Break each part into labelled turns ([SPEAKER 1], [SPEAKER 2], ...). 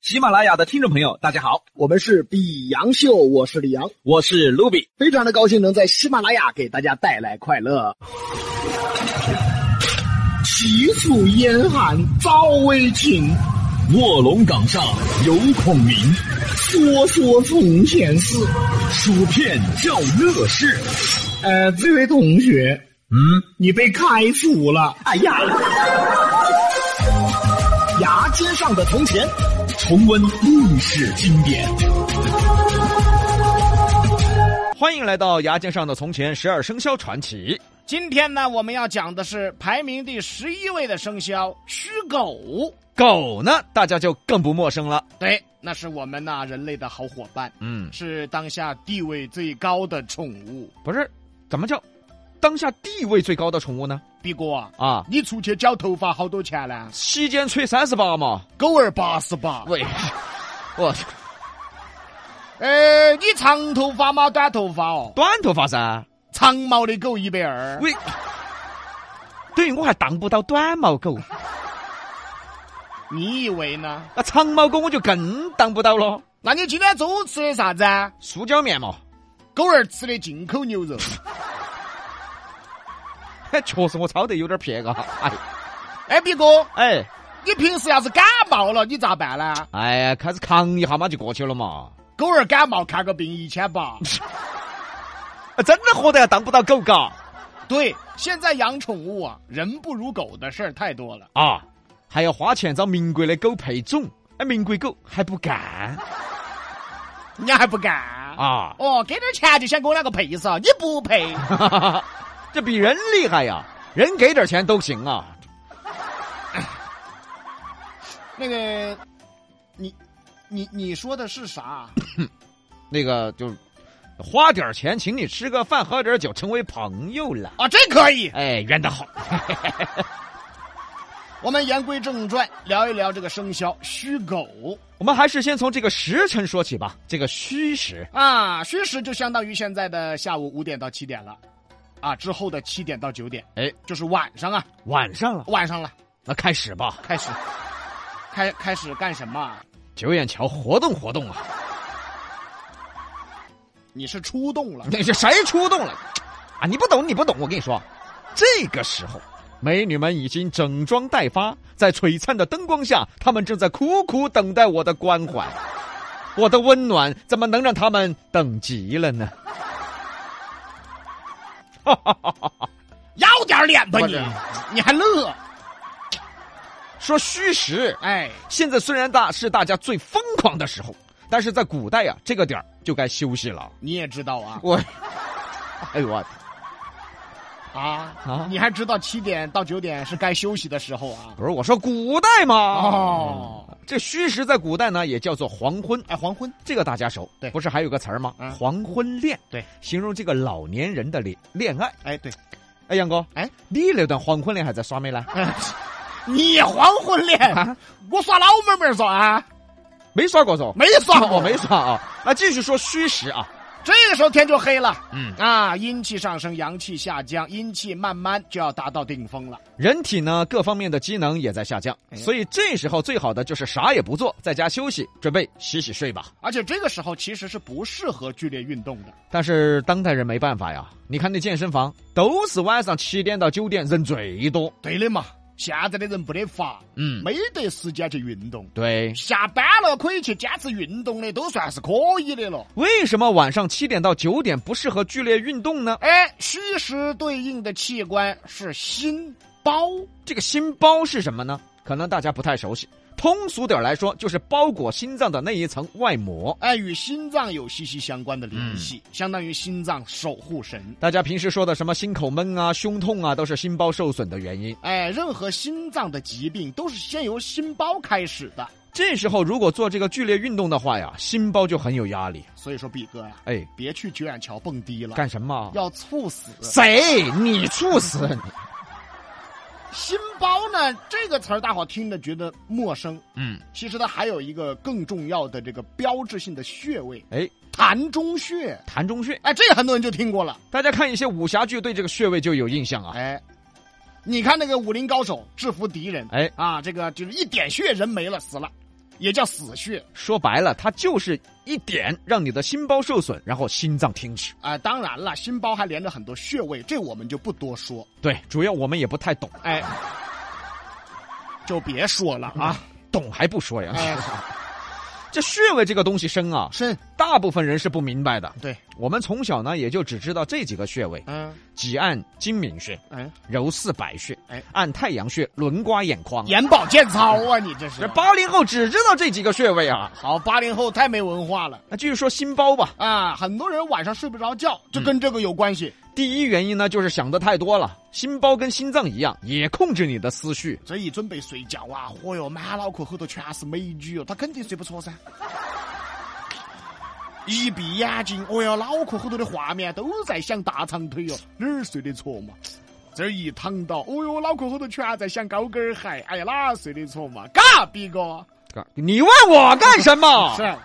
[SPEAKER 1] 喜马拉雅的听众朋友，大家好，
[SPEAKER 2] 我们是比杨秀，我是李阳，
[SPEAKER 1] 我是卢比。
[SPEAKER 2] 非常的高兴能在喜马拉雅给大家带来快乐。急促严寒早为晴，
[SPEAKER 1] 卧龙岗上有孔明，
[SPEAKER 2] 说说从前事。
[SPEAKER 1] 薯片叫乐事。
[SPEAKER 2] 呃，这位同学，
[SPEAKER 1] 嗯，
[SPEAKER 2] 你被开除了。哎呀，牙尖上的铜钱，
[SPEAKER 1] 重温历史经典。
[SPEAKER 3] 欢迎来到《牙尖上的从前》十二生肖传奇。
[SPEAKER 4] 今天呢，我们要讲的是排名第十一位的生肖戌狗。
[SPEAKER 3] 狗呢，大家就更不陌生了。
[SPEAKER 4] 对，那是我们呐、人类的好伙伴，
[SPEAKER 3] 嗯，
[SPEAKER 4] 是当下地位最高的宠物。
[SPEAKER 3] 不是，怎么叫当下地位最高的宠物呢？
[SPEAKER 4] 毕哥啊，
[SPEAKER 3] 啊，
[SPEAKER 4] 你出去剪头发好多钱呢？
[SPEAKER 3] 期间吹三十八嘛。
[SPEAKER 4] 狗儿八十八。
[SPEAKER 3] 喂，我
[SPEAKER 4] 呃，你长头发吗？短头发哦？
[SPEAKER 3] 短头发噻。
[SPEAKER 4] 长毛的狗一百二。
[SPEAKER 3] 喂，对我还当不到短毛狗，
[SPEAKER 4] 你以为呢？
[SPEAKER 3] 那长啊毛狗我就更当不到了。
[SPEAKER 4] 那你今天中午吃的啥子啊？
[SPEAKER 3] 塑胶面嘛，
[SPEAKER 4] 狗儿吃的进口牛肉。
[SPEAKER 3] 嘿确实我操得有点撇个。哎
[SPEAKER 4] 哎，毕哥，
[SPEAKER 3] 哎
[SPEAKER 4] 你平时要是感冒了，你咋办呢？
[SPEAKER 3] 哎呀，开始扛一下嘛就过去了嘛。
[SPEAKER 4] 狗儿感冒看个病一千八。
[SPEAKER 3] 啊真的活得还当不到狗嘎。
[SPEAKER 4] 对，现在养宠物啊，人不如狗的事儿太多了。
[SPEAKER 3] 啊，还要花钱找名贵的狗配种，哎，名贵狗还不干
[SPEAKER 4] 人家还不干啊？
[SPEAKER 3] 啊，
[SPEAKER 4] 哦，给点钱就想给我两个配是啊？你不配，
[SPEAKER 3] 这比人厉害呀！人给点钱都行啊，
[SPEAKER 4] 那个，你，你你说的是啥？
[SPEAKER 3] 那个就花点钱请你吃个饭，喝点酒，成为朋友了。
[SPEAKER 4] 啊，这可以。
[SPEAKER 3] 哎，圆的好，
[SPEAKER 4] 我们言归正传，聊一聊这个生肖戌狗
[SPEAKER 3] 我们还是先从这个时辰说起吧。这个戌时
[SPEAKER 4] 啊。戌时就相当于现在的下午五点到七点了，啊，之后的七点到九点，
[SPEAKER 3] 哎，
[SPEAKER 4] 就是晚上啊，
[SPEAKER 3] 晚上了，
[SPEAKER 4] 晚上了，
[SPEAKER 3] 那开始吧，
[SPEAKER 4] 开始，开开始干什么啊？
[SPEAKER 3] 九眼桥活动活动啊！
[SPEAKER 4] 你是出动了。
[SPEAKER 3] 那是谁出动了？啊，你不懂，你不懂，我跟你说，这个时候，美女们已经整装待发，在璀璨的灯光下，她们正在苦苦等待我的关怀，我的温暖怎么能让她们等急了呢？
[SPEAKER 4] 要点脸吧
[SPEAKER 3] 我
[SPEAKER 4] 你
[SPEAKER 3] 这，
[SPEAKER 4] 你还乐？
[SPEAKER 3] 说虚实，
[SPEAKER 4] 哎，
[SPEAKER 3] 现在虽然大是大家最疯狂的时候，但是在古代啊呀、这个点儿就该休息了。
[SPEAKER 4] 你也知道啊
[SPEAKER 3] 我，哎呦我，
[SPEAKER 4] 啊
[SPEAKER 3] 啊
[SPEAKER 4] 你还知道七点到九点是该休息的时候啊？
[SPEAKER 3] 不是我说古代嘛，嗯
[SPEAKER 4] 哦，
[SPEAKER 3] 这虚实在古代呢也叫做黄昏。
[SPEAKER 4] 哎，黄昏
[SPEAKER 3] 这个大家熟，
[SPEAKER 4] 对
[SPEAKER 3] 不是还有个词儿吗？
[SPEAKER 4] 嗯
[SPEAKER 3] 黄昏恋，
[SPEAKER 4] 对，
[SPEAKER 3] 形容这个老年人的恋恋爱。
[SPEAKER 4] 哎，对，
[SPEAKER 3] 哎，杨哥，
[SPEAKER 4] 哎，
[SPEAKER 3] 你那段黄昏恋还在耍没呢？
[SPEAKER 4] 你黄昏恋，
[SPEAKER 3] 啊
[SPEAKER 4] 我耍老妹妹耍啊，
[SPEAKER 3] 没耍过嗦，
[SPEAKER 4] 没耍
[SPEAKER 3] 哦，
[SPEAKER 4] 过，
[SPEAKER 3] 没耍啊。那继续说虚实啊，
[SPEAKER 4] 这个时候天就黑了，
[SPEAKER 3] 嗯
[SPEAKER 4] 啊，阴气上升，阳气下降，阴气慢慢就要达到顶峰了。
[SPEAKER 3] 人体呢各方面的机能也在下降，
[SPEAKER 4] 哎
[SPEAKER 3] 所以这时候最好的就是啥也不做，在家休息，准备洗洗睡吧。
[SPEAKER 4] 而且这个时候其实是不适合剧烈运动的。
[SPEAKER 3] 但是当代人没办法呀，你看那健身房都是晚上七点到九点人最多，
[SPEAKER 4] 对的嘛，现在的人不得法，
[SPEAKER 3] 嗯，
[SPEAKER 4] 没得时间去运动。
[SPEAKER 3] 对。
[SPEAKER 4] 下班了可以去坚持运动的，都算是可以的了。
[SPEAKER 3] 为什么晚上七点到九点不适合剧烈运动呢？
[SPEAKER 4] 哎，虚实对应的器官是心包。
[SPEAKER 3] 这个心包是什么呢？可能大家不太熟悉。通俗点儿来说，就是包裹心脏的那一层外膜。
[SPEAKER 4] 哎，与心脏有息息相关的联系，相当于心脏守护神。
[SPEAKER 3] 大家平时说的什么心口闷啊、胸痛啊，都是心包受损的原因。
[SPEAKER 4] 哎，任何心脏的疾病都是先由心包开始的。
[SPEAKER 3] 这时候如果做这个剧烈运动的话呀，心包就很有压力。
[SPEAKER 4] 所以说，毕哥呀、
[SPEAKER 3] 哎，
[SPEAKER 4] 别去九眼桥蹦迪了，
[SPEAKER 3] 干什么？啊
[SPEAKER 4] 要猝死。
[SPEAKER 3] 谁？你猝死你！
[SPEAKER 4] 心包呢这个词儿，大伙听着觉得陌生，
[SPEAKER 3] 嗯，
[SPEAKER 4] 其实它还有一个更重要的这个标志性的穴位
[SPEAKER 3] 哎，
[SPEAKER 4] ——膻中穴。
[SPEAKER 3] 痰中穴，
[SPEAKER 4] 哎，这个很多人就听过了。
[SPEAKER 3] 大家看一些武侠剧，对这个穴位就有印象啊。
[SPEAKER 4] 哎，你看那个武林高手制服敌人，
[SPEAKER 3] 哎
[SPEAKER 4] 啊，这个就是一点血人没了，死了。也叫死穴
[SPEAKER 3] 说白了，它就是一点让你的心包受损，然后心脏停止。
[SPEAKER 4] 啊、当然了，心包还连着很多穴位，这我们就不多说，
[SPEAKER 3] 对，主要我们也不太懂，
[SPEAKER 4] 哎，就别说了啊。
[SPEAKER 3] 懂还不说呀。
[SPEAKER 4] 哎，
[SPEAKER 3] 这穴位这个东西深啊，
[SPEAKER 4] 肾
[SPEAKER 3] 大部分人是不明白的。
[SPEAKER 4] 对，
[SPEAKER 3] 我们从小呢，也就只知道这几个穴位：
[SPEAKER 4] 嗯，
[SPEAKER 3] 汲按睛明穴、
[SPEAKER 4] 哎，
[SPEAKER 3] 揉四百穴、
[SPEAKER 4] 哎
[SPEAKER 3] 按太阳穴、轮刮眼眶。
[SPEAKER 4] 眼保健操啊，你这是
[SPEAKER 3] 这八零后只知道这几个穴位啊。
[SPEAKER 4] 好八零后太没文化了
[SPEAKER 3] 那继续说心包吧。
[SPEAKER 4] 啊！很多人晚上睡不着觉，就跟这个有关系，
[SPEAKER 3] 第一原因呢，就是想的太多了。心包跟心脏一样，也控制你的思绪。
[SPEAKER 4] 这一准备睡觉啊，嚯哟，满脑壳后头全是美女哦，他肯定睡不着噻。 一闭眼睛，哦哟，脑壳后头的画面都在想大长腿哟，哪儿睡得着嘛？这儿一躺到，哦哟，脑壳后头全在想高跟儿鞋，哎呀，哪睡得着嘛？嘎，逼哥，
[SPEAKER 3] 你问我干什么？
[SPEAKER 4] 是，啊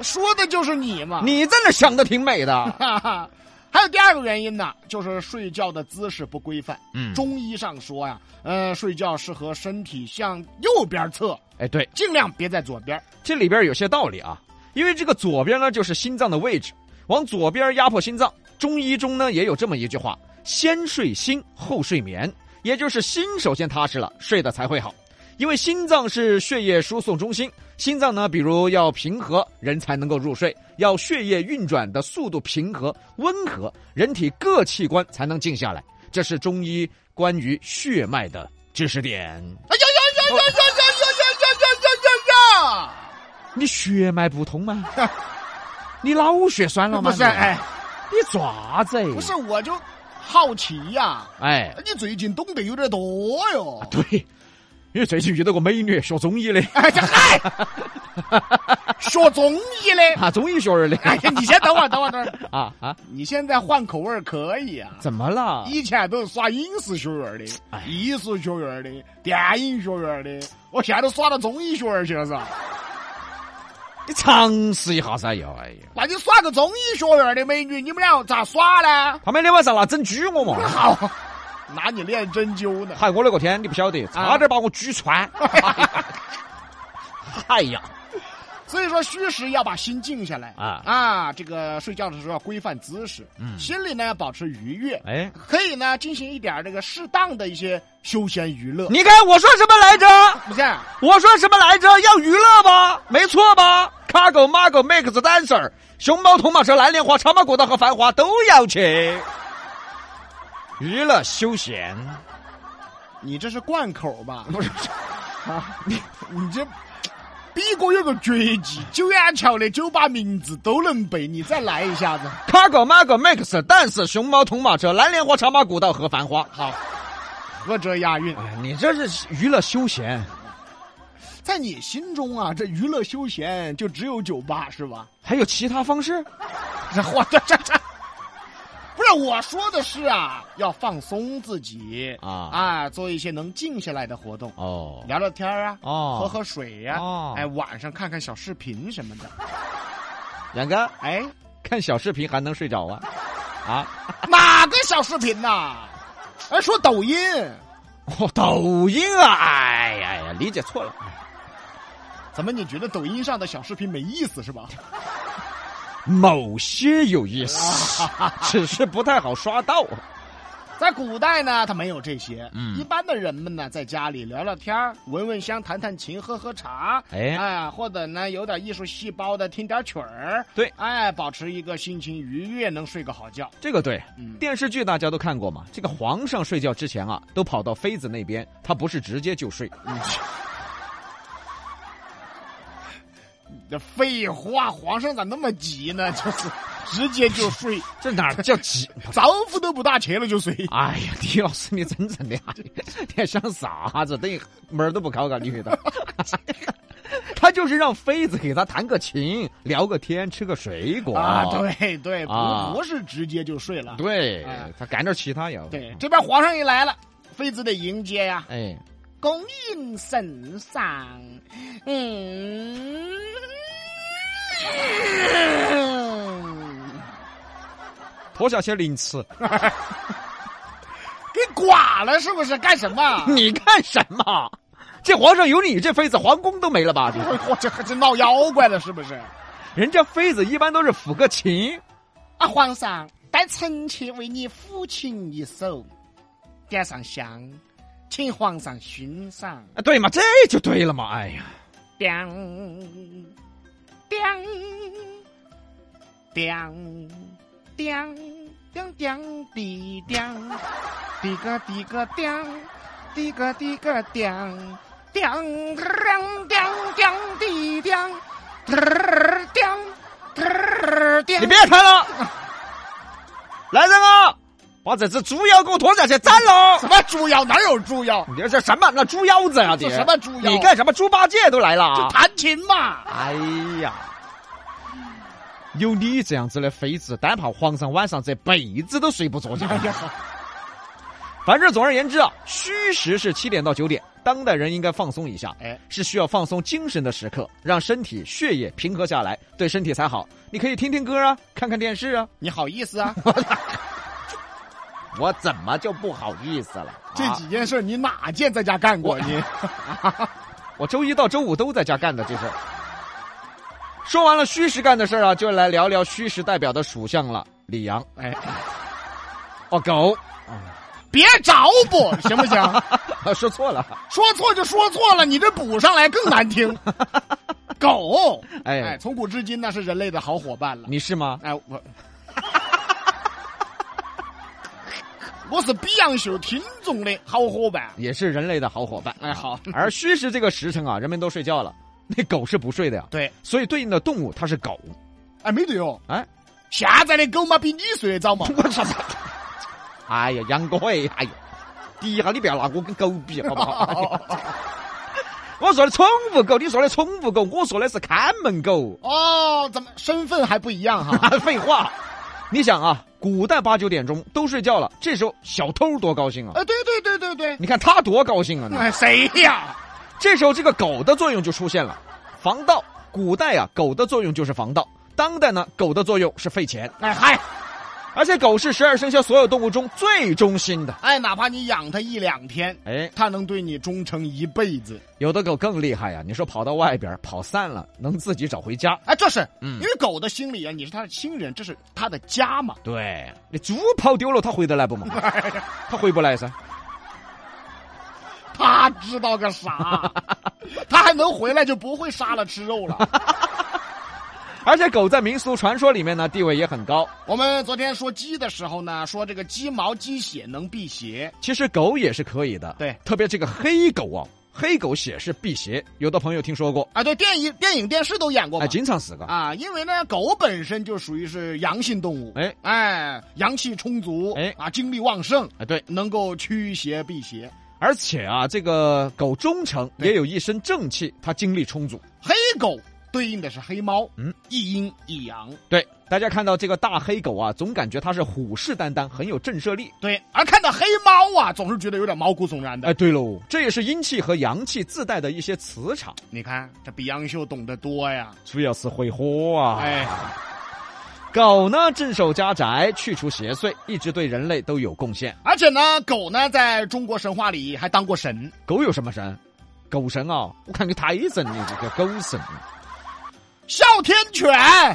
[SPEAKER 4] 说的就是你嘛。
[SPEAKER 3] 啊你在那想的挺美 的。
[SPEAKER 4] 哈哈， 还有第二个原因呢，就是睡觉的姿势不规范。
[SPEAKER 3] 嗯
[SPEAKER 4] 中医上说呀、呃，睡觉适合身体向右边侧，
[SPEAKER 3] 哎，对，
[SPEAKER 4] 尽量别在左边。
[SPEAKER 3] 这里边有些道理啊，因为这个左边呢就是心脏的位置，往左边压迫心脏。中医中呢也有这么一句话：先睡心，后睡眠，也就是心首先踏实了，睡得才会好。因为心脏是血液输送中心，心脏呢，比如要平和，人才能够入睡；要血液运转的速度平和、温和，人体各器官才能静下来。这是中医关于血脉的知识点。
[SPEAKER 4] 哎呀呀呀呀呀呀呀呀呀呀呀呀！
[SPEAKER 3] 你血脉不通 吗？你脑血栓了吗？
[SPEAKER 4] 不是，哎，
[SPEAKER 3] 你爪子？
[SPEAKER 4] 不是，，我就好奇呀、
[SPEAKER 3] 哎，
[SPEAKER 4] 嗯你最近懂得有点多哟。
[SPEAKER 3] 对，因为最近遇到个美女学中医的，
[SPEAKER 4] 哎呀，嗨，学中医的。
[SPEAKER 3] 啊，中医学儿的，
[SPEAKER 4] 哎呀，你先等会儿，等会儿，等会儿。
[SPEAKER 3] 啊啊，
[SPEAKER 4] 你现在换口味儿可以啊？
[SPEAKER 3] 怎么了？
[SPEAKER 4] 以前都是耍影视学院的、艺术学院的、电影学院的，我现在都耍到中医学院去了噻。
[SPEAKER 3] 你尝试一下噻，要哎呀，
[SPEAKER 4] 那你耍个中医学院的美女，你们俩咋耍呢？
[SPEAKER 3] 他每天晚上拿针狙我嘛，
[SPEAKER 4] 好，拿你练针灸呢。
[SPEAKER 3] 嗨，我勒个天，你不晓得，
[SPEAKER 4] 啊
[SPEAKER 3] 差点把我狙 穿。哎呀，
[SPEAKER 4] 所以说，虚实要把心静下来
[SPEAKER 3] 啊
[SPEAKER 4] 啊！这个睡觉的时候要规范姿势，
[SPEAKER 3] 嗯
[SPEAKER 4] 心里呢要保持愉悦，
[SPEAKER 3] 哎，
[SPEAKER 4] 可以呢进行一点儿这个适当的一些休闲娱乐，
[SPEAKER 3] 你看我说什么来着？
[SPEAKER 4] 不是？
[SPEAKER 3] 我说什么来着？要娱乐吧，没错吧？卡狗、马狗、mix、dancer、熊猫、铜马车、蓝莲花、长毛古道和繁花都要去。娱乐休闲
[SPEAKER 4] 你这是贯口吧？ 啊
[SPEAKER 3] 不是
[SPEAKER 4] 你这逼哥有个绝技，九眼桥的酒吧名字都能背，你再来一下子。
[SPEAKER 3] 卡狗、马狗、mix、dance、熊猫、铜马车、蓝莲花、长毛古道和繁花。
[SPEAKER 4] 好，何者押韵？
[SPEAKER 3] 哎，你这是娱乐休闲，
[SPEAKER 4] 在你心中啊，这娱乐休闲就只有酒吧是吧？
[SPEAKER 3] 还有其他方式？
[SPEAKER 4] 这我这这这， 不是我说的是啊，要放松自己
[SPEAKER 3] 啊
[SPEAKER 4] 啊，做一些能静下来的活动。
[SPEAKER 3] 哦，
[SPEAKER 4] 聊聊天儿啊，
[SPEAKER 3] 哦
[SPEAKER 4] 喝喝水呀、
[SPEAKER 3] 哦
[SPEAKER 4] 哎，晚上看看小视频什么的，
[SPEAKER 3] 冉哥
[SPEAKER 4] 哎，
[SPEAKER 3] 看小视频还能睡着啊？啊，
[SPEAKER 4] 哪个小视频呐、哎，说抖音，
[SPEAKER 3] 哦，抖音啊！哎呀呀，理解错了。
[SPEAKER 4] 怎么你觉得抖音上的小视频没意思是吧？
[SPEAKER 3] 某些有意思，
[SPEAKER 4] 啊
[SPEAKER 3] 只是不太好刷到。
[SPEAKER 4] 在古代呢，它没有这些。
[SPEAKER 3] 嗯
[SPEAKER 4] 一般的人们呢，在家里聊聊天儿闻闻香、弹弹琴、喝喝茶，
[SPEAKER 3] 哎
[SPEAKER 4] 哎，或者呢，有点艺术细胞的听点曲儿，
[SPEAKER 3] 对
[SPEAKER 4] 哎，保持一个心情愉悦，能睡个好觉。
[SPEAKER 3] 这个对，
[SPEAKER 4] 嗯，
[SPEAKER 3] 电视剧大家都看过嘛。这个皇上睡觉之前啊，都跑到妃子那边，他不是直接就睡，
[SPEAKER 4] 这废话，皇上咋那么急呢？ 就是直接就睡，
[SPEAKER 3] 这哪儿叫 急？
[SPEAKER 4] 招呼都不打去了就睡。
[SPEAKER 3] 哎呀，李老师，你真正的 啊，你还想啥子？等于门儿都不靠个女的。 他就是让妃子给他弹个琴，聊个天，吃个水果
[SPEAKER 4] 啊，对对，不、
[SPEAKER 3] 啊
[SPEAKER 4] 不是直接就睡了。
[SPEAKER 3] 对
[SPEAKER 4] 哎
[SPEAKER 3] 他干点其他呀。
[SPEAKER 4] 对，这边皇上一来了，妃子得迎接呀、
[SPEAKER 3] 哎，
[SPEAKER 4] 恭迎圣上，嗯，
[SPEAKER 3] 脱下些鳞刺，
[SPEAKER 4] 给剐了是不是？干什么？
[SPEAKER 3] 你干什么？这皇上有你这妃子，皇宫都没了 吧？这
[SPEAKER 4] 哎嚯，这还是闹妖怪了是不是？
[SPEAKER 3] 人家妃子一般都是抚个琴，
[SPEAKER 4] 啊，皇上，待臣妾为你抚琴一首，点上香，请皇上欣赏。
[SPEAKER 3] 啊对嘛，这就对了嘛。哎呀，
[SPEAKER 4] 当当当当当当滴当，滴个滴个当，滴个滴个当，当当当当滴当，当当当。
[SPEAKER 3] 你别弹了！来人啊，把这只猪腰给我拖下去斩了！
[SPEAKER 4] 什么猪腰？哪有猪腰？
[SPEAKER 3] 你这什么？那猪腰子呀、啊，你
[SPEAKER 4] 这什么猪腰
[SPEAKER 3] 你干什么？猪八戒都来了啊！
[SPEAKER 4] 就弹琴嘛。
[SPEAKER 3] 哎呀，有你这样子的妃子，单怕皇上晚上这辈子都睡不着觉。
[SPEAKER 4] 哎呀，
[SPEAKER 3] 反正总而言之啊，虚实是七点到九点，当代人应该放松一下，
[SPEAKER 4] 哎，
[SPEAKER 3] 是需要放松精神的时刻，让身体血液平和下来，对身体才好。你可以听听歌啊，看看电视啊。
[SPEAKER 4] 你好意思啊？
[SPEAKER 3] 我怎么就不好意思了？
[SPEAKER 4] 这
[SPEAKER 3] 啊
[SPEAKER 4] 几件事你哪件在家干过？你
[SPEAKER 3] 我周一到周五都在家干的这事儿。说完了虚实干的事儿啊，就来聊聊虚实代表的属相了。李阳，
[SPEAKER 4] 哎，
[SPEAKER 3] 哦，狗，
[SPEAKER 4] 别找补行不行？
[SPEAKER 3] 说错了，
[SPEAKER 4] 说错就说错了，你这补上来更难听。狗，
[SPEAKER 3] 哎
[SPEAKER 4] 哎，从古至今那是人类的好伙伴了。
[SPEAKER 3] 你是吗？
[SPEAKER 4] 哎，我， 我是 Beyond 秀听众的好伙伴。
[SPEAKER 3] 也是人类的好伙伴。啊
[SPEAKER 4] 哎，好，
[SPEAKER 3] 而虚实这个时 辰啊，人们都睡觉了，那狗是不睡的呀。
[SPEAKER 4] 对，
[SPEAKER 3] 所以对应的动物它是狗。
[SPEAKER 4] 哎，没对哦，
[SPEAKER 3] 哎，
[SPEAKER 4] 现在的狗嘛比你睡得早嘛。
[SPEAKER 3] 我操！哎呀，杨哥哎，哎呀，第一下你不要拿我跟狗比好不 好？我说的宠物狗，你说的宠物狗，我说的是看门狗。
[SPEAKER 4] 哦，怎么身份还不一样哈？
[SPEAKER 3] 废话，你想啊，古代八九点钟都睡觉了，这时候小偷多高兴啊！
[SPEAKER 4] 哎，对对对对对，
[SPEAKER 3] 你看他多高兴啊！你
[SPEAKER 4] 哎，谁呀？
[SPEAKER 3] 这时候这个狗的作用就出现了，防盗。古代啊，狗的作用就是防盗；当代呢，狗的作用是费钱。
[SPEAKER 4] 哎嗨，
[SPEAKER 3] 而且狗是十二生肖所有动物中最忠心的。
[SPEAKER 4] 哎，哪怕你养它一两天，
[SPEAKER 3] 哎，
[SPEAKER 4] 它能对你忠诚一辈子。
[SPEAKER 3] 有的狗更厉害呀、啊你说跑到外边儿跑散了，能自己找回家。
[SPEAKER 4] 哎，这是，
[SPEAKER 3] 嗯
[SPEAKER 4] 因为狗的心里啊，你是它的亲人，这是它的家嘛。
[SPEAKER 3] 对，你猪跑丢了，它回得来不嘛？它回不来噻。
[SPEAKER 4] 它知道 个啥？它还能回来就不会杀了吃肉了。
[SPEAKER 3] 而且狗在民俗传说里面呢，地位也很高。
[SPEAKER 4] 我们昨天说鸡的时候呢，说这个鸡毛鸡血能辟邪。
[SPEAKER 3] 其实狗也是可以的，
[SPEAKER 4] 对
[SPEAKER 3] 特别这个黑狗啊，黑狗血是辟邪，有的朋友听说过，
[SPEAKER 4] 啊，对，电影、电影、电视都演过嘛
[SPEAKER 3] 哎，。经常是个。
[SPEAKER 4] 哦啊，因为呢，狗本身就属于是阳性动物，
[SPEAKER 3] 哎
[SPEAKER 4] 哎，阳气充足，
[SPEAKER 3] 哎
[SPEAKER 4] 啊，精力旺盛，
[SPEAKER 3] 哎，对，
[SPEAKER 4] 能够驱邪避邪。
[SPEAKER 3] 而且啊，这个狗忠诚，
[SPEAKER 4] 对
[SPEAKER 3] 也有一身正气，它精力充足。
[SPEAKER 4] 黑狗对应的是黑猫，
[SPEAKER 3] 嗯，
[SPEAKER 4] 一阴一阳。
[SPEAKER 3] 对，大家看到这个大黑狗啊，总感觉它是虎视眈眈，很有震慑力。
[SPEAKER 4] 对，而看到黑猫啊，总是觉得有点毛骨悚然的。
[SPEAKER 3] 哎，对喽，这也是阴气和阳气自带的一些磁场，
[SPEAKER 4] 你看这比杨秀懂得多呀！
[SPEAKER 3] 主要是会火啊。
[SPEAKER 4] 哎，
[SPEAKER 3] 狗呢镇守家宅，去除邪祟，一直对人类都有贡献。
[SPEAKER 4] 而且呢，狗呢，在中国神话里还当过神。
[SPEAKER 3] 狗有什么神？狗神啊！我看你太神了，这个狗神
[SPEAKER 4] 哮天犬，
[SPEAKER 3] 啊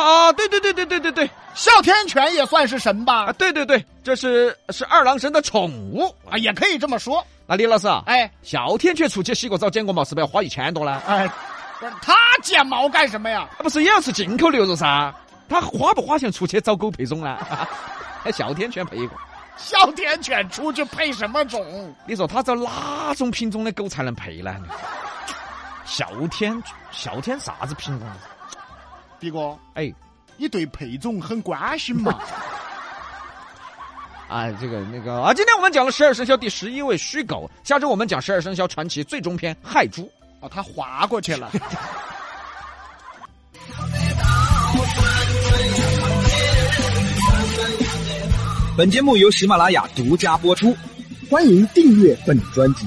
[SPEAKER 3] 啊！对对对对对对对
[SPEAKER 4] 哮天犬也算是神
[SPEAKER 3] 啊！
[SPEAKER 4] 吧？
[SPEAKER 3] 对对对，这是是二郎神的宠物。
[SPEAKER 4] 啊，也可以这么说。
[SPEAKER 3] 那李老师啊，
[SPEAKER 4] 哎
[SPEAKER 3] 哮天犬出去洗个澡剪个毛，是不是要花一千多呢？啊，
[SPEAKER 4] 哎，不是它剪毛干什么呀？
[SPEAKER 3] 不是也要吃进口牛肉噻？它花不花钱出去找狗配种呢？ 还哮天犬配一个？
[SPEAKER 4] 哮天犬出去配什么种？
[SPEAKER 3] 你说它找哪种品种的狗才能配呢？哮天哮天啥子品种？
[SPEAKER 4] 毕哥，
[SPEAKER 3] 哎，
[SPEAKER 4] 你对配种很关心 嘛？
[SPEAKER 3] 啊，这个那个啊，今天我们讲了十二生肖第十一位虚狗，下周我们讲十二生肖传奇最终篇亥猪。
[SPEAKER 4] 哦，它划过去了。
[SPEAKER 1] 本节目由喜马拉雅独家播出。
[SPEAKER 2] 欢迎订阅本专辑。